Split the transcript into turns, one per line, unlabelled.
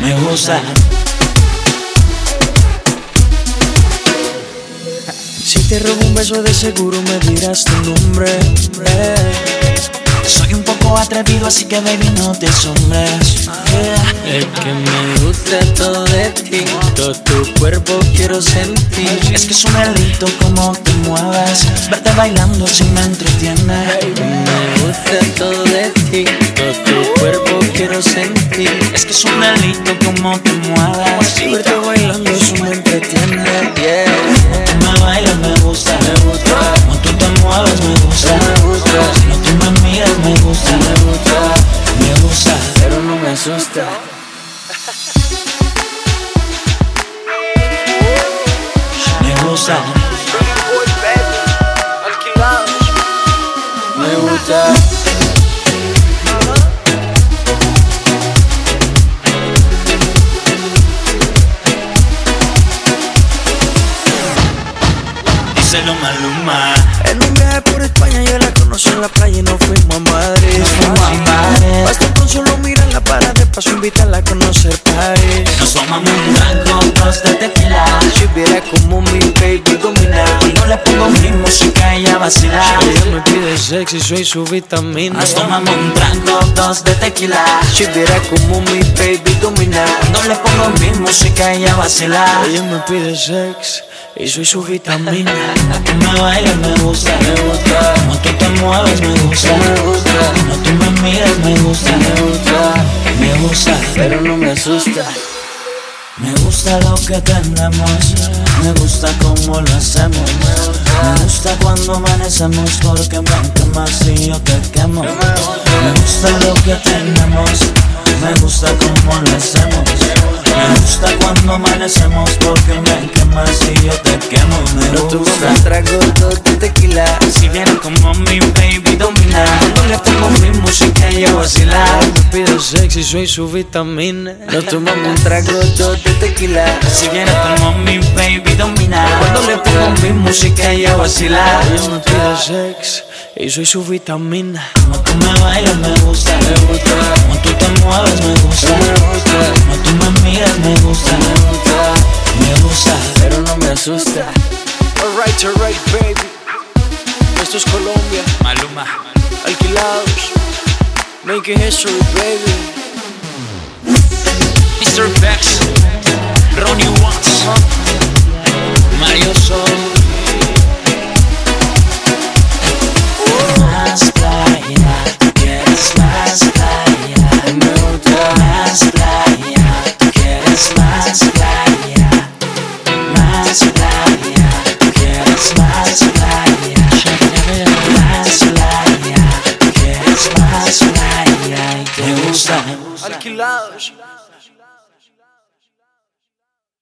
me gusta. Si te robo un beso de seguro me dirás tu nombre. Eh. Soy un poco atrevido así que baby no te asombres. Eh.
Es que me gusta todo de ti, todo tu cuerpo quiero sentir.
Es que es un delito como te mueves, verte bailando si me entretiene.
Me gusta todo de ti, todo tu cuerpo quiero sentir.
Es que es un delito como te mueves,
Verte bailando eso me entretiene, yeah.
me bailas me gusta, me gusta. Como tú te mueves me gusta,
Me gusta.
Como tú me miras me gusta,
Me gusta,
me gusta.
pero no me asusta.
Me gusta.
Me gusta,
Díselo Maluma.
En un viaje por España yo la conocí en la playa y nos fuimos a Madrid.
Nos fuimos a Madrid.
Basta con solo mirarla para de paso invitarla a conocer París.
Nos tomamos un rango, dos de tequila.
Si viera como mi baby domina,
Cuando le pongo mi música ella vacila.
ella me pide sexy, soy su vitamina.
Nos tomamos un rango, dos de tequila.
Si viera como mi baby domina,
Cuando le pongo mi música ella vacila.
ella me pide sex y soy su vitamina.
Tú me bailas me gusta,
me gusta,
como tú te mueves me gusta,
me gusta,
como tú me miras me gusta,
me gusta,
me gusta,
pero no me asusta.
me gusta lo que tenemos, me gusta cómo lo hacemos, me gusta cuando amanecemos porque me quemas y yo te quemo, me gusta lo que tenemos, me gusta cómo lo hacemos, me gusta cuando amanecemos porque me quemas y yo te quemo, me
No tuvo
gusta.
un trago, dos de tequila.
Si vieron como mi baby domina Cuando le pongo mi música yo vacila
Me pide sexy, soy su vitamina.
Nos tomamos un trago, dos de tequila.
Si vieron como mi baby domina Cuando le pongo mi música yo vacila
Ella me pide sex y soy su vitamina.
Como tú me bailas me gusta
Me gusta,
Como tú te mueves me gusta
me gusta,
Como tú me miras me gusta
me gusta,
Me gusta
pero no me asusta.
Alright, alright, baby. Esto es Colombia,
Maluma
alquilados. Making history, baby.
Mr. Bex Ronnie Watts Mario Sol Más playa, tú quieres más playa
Me gusta,
Más playa, tú quieres más playa. Más playa, tú quieres más playa. Más playa, tú quieres más playa. Y te gusta.
Alquilados.